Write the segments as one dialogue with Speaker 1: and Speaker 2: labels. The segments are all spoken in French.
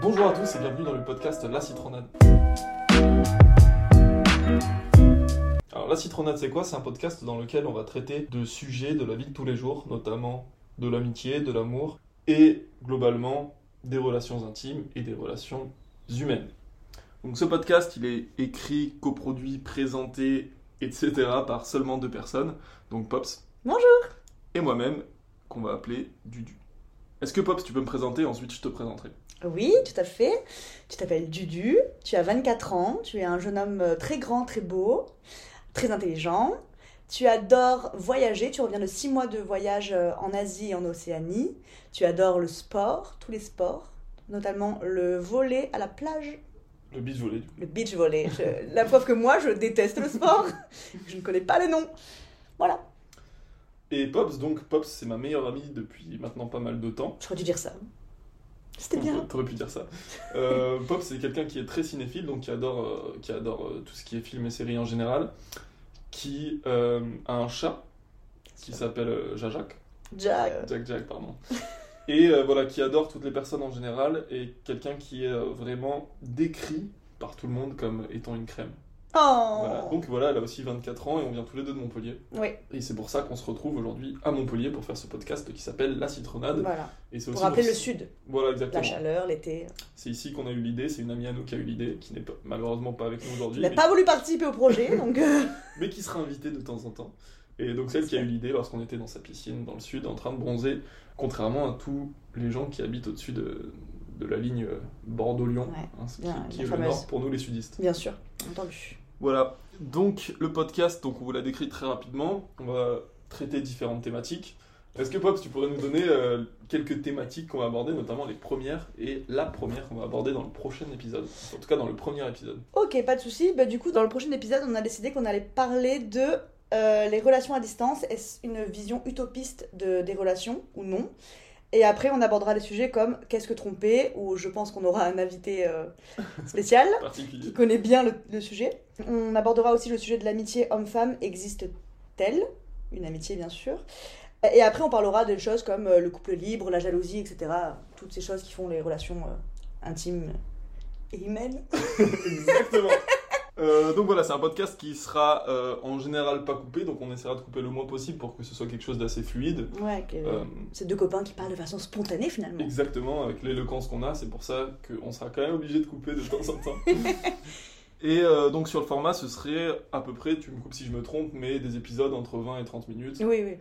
Speaker 1: Bonjour à tous et bienvenue dans le podcast La Citronade. Alors La Citronade c'est quoi C'est un podcast dans lequel on va traiter de sujets de la vie de tous les jours, notamment de l'amitié, de l'amour et globalement des relations intimes et des relations humaines. Donc ce podcast il est écrit, coproduit, présenté, etc. par seulement deux personnes, donc Pops.
Speaker 2: Bonjour.
Speaker 1: Et moi-même qu'on va appeler Dudu. Est-ce que Pops tu peux me présenter ensuite je te présenterai
Speaker 2: Oui, tout à fait. Tu t'appelles Dudu, tu as 24 ans, tu es un jeune homme euh, très grand, très beau, très intelligent. Tu adores voyager, tu reviens de 6 mois de voyage euh, en Asie et en Océanie. Tu adores le sport, tous les sports, notamment le volley à la plage,
Speaker 1: Le bijoulé du
Speaker 2: le beach volley. Je- la preuve que moi, je déteste le sport. je ne connais pas le nom. Voilà,
Speaker 1: Et Pops, donc, Pops, c'est ma meilleure amie depuis maintenant pas mal de temps.
Speaker 2: j'aurais dû dire ça. C'était bien.
Speaker 1: T'aurais pu dire ça. Euh, Pops, c'est quelqu'un qui est très cinéphile, donc qui adore, euh, qui adore euh, tout ce qui est film et séries en général, qui euh, a un chat qui s'appelle euh, Jajac.
Speaker 2: Jack.
Speaker 1: Jack Jack, pardon. Et euh, voilà, qui adore toutes les personnes en général, et quelqu'un qui est euh, vraiment décrit par tout le monde comme étant une crème.
Speaker 2: Oh.
Speaker 1: Voilà. Donc voilà, elle a aussi 24 ans, et on vient tous les deux de Montpellier.
Speaker 2: Oui,
Speaker 1: Et c'est pour ça qu'on se retrouve aujourd'hui à Montpellier pour faire ce podcast qui s'appelle La Citronade.
Speaker 2: voilà.
Speaker 1: Et c'est
Speaker 2: Pour
Speaker 1: aussi
Speaker 2: rappeler
Speaker 1: dans-
Speaker 2: le sud,
Speaker 1: Voilà,
Speaker 2: la
Speaker 1: exactement.
Speaker 2: chaleur, l'été.
Speaker 1: C'est ici qu'on a eu l'idée, c'est une amie à nous qui a eu l'idée, qui n'est pas- malheureusement pas avec nous
Speaker 2: Il
Speaker 1: aujourd'hui,
Speaker 2: n'a
Speaker 1: mais,
Speaker 2: pas voulu participer au projet, donc euh,
Speaker 1: mais qui sera invitée de temps en temps. Et donc celle qui a eu l'idée lorsqu'on était dans sa piscine dans le sud en train de bronzer, contrairement à tous les gens qui habitent au-dessus de, de la ligne euh, Bordeaux-Lyon,
Speaker 2: Ouais,
Speaker 1: hein, ce qui,
Speaker 2: bien,
Speaker 1: qui
Speaker 2: la
Speaker 1: est le
Speaker 2: fameuse.
Speaker 1: nord pour nous les sudistes.
Speaker 2: bien sûr, entendu.
Speaker 1: Voilà, donc le podcast, donc on vous l'a décrit très rapidement, on va traiter différentes thématiques. Est-ce que Pops, tu pourrais nous donner euh, quelques thématiques qu'on va aborder, notamment les premières et la première qu'on va aborder dans le prochain épisode, en tout cas dans le premier épisode
Speaker 2: Ok, pas de souci. Bah, du coup, dans le prochain épisode, on a décidé qu'on allait parler de euh, les relations à distance. Est-ce une vision utopiste de, des relations ou non Et après, on abordera des sujets comme qu'est-ce que tromper, ou je pense qu'on aura un invité euh, spécial
Speaker 1: particulier.
Speaker 2: qui connaît bien le, le sujet. On abordera aussi le sujet de l'amitié homme-femme. Existe-t-elle Une amitié, bien sûr. Et après, on parlera des choses comme euh, le couple libre, la jalousie, etc. Toutes ces choses qui font les relations euh, intimes et humaines.
Speaker 1: Exactement. Euh, donc voilà, c'est un podcast qui sera euh, en général pas coupé, donc on essaiera de couper le moins possible pour que ce soit quelque chose d'assez fluide.
Speaker 2: Ouais, que-
Speaker 1: Euh,
Speaker 2: ces deux copains qui parlent de façon spontanée finalement.
Speaker 1: exactement, avec l'éloquence qu'on a, c'est pour ça qu'on sera quand même obligé de couper de temps en temps. Et euh, donc sur le format, ce serait à peu près, tu me coupes si je me trompe, mais des épisodes entre 20 et 30 minutes
Speaker 2: Oui, oui,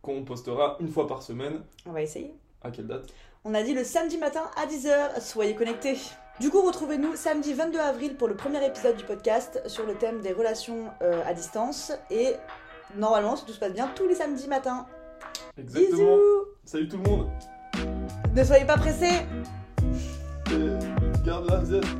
Speaker 1: qu'on postera une fois par semaine.
Speaker 2: on va essayer.
Speaker 1: À quelle date
Speaker 2: On a dit le samedi matin à 10h, soyez connectés. Du coup, retrouvez-nous samedi 22 avril pour le premier épisode du podcast sur le thème des relations euh, à distance. Et normalement, si tout se passe bien, tous les samedis matins.
Speaker 1: Exactement.
Speaker 2: Bisous
Speaker 1: Salut tout le monde.
Speaker 2: Ne soyez pas pressés
Speaker 1: Et garde la zeste.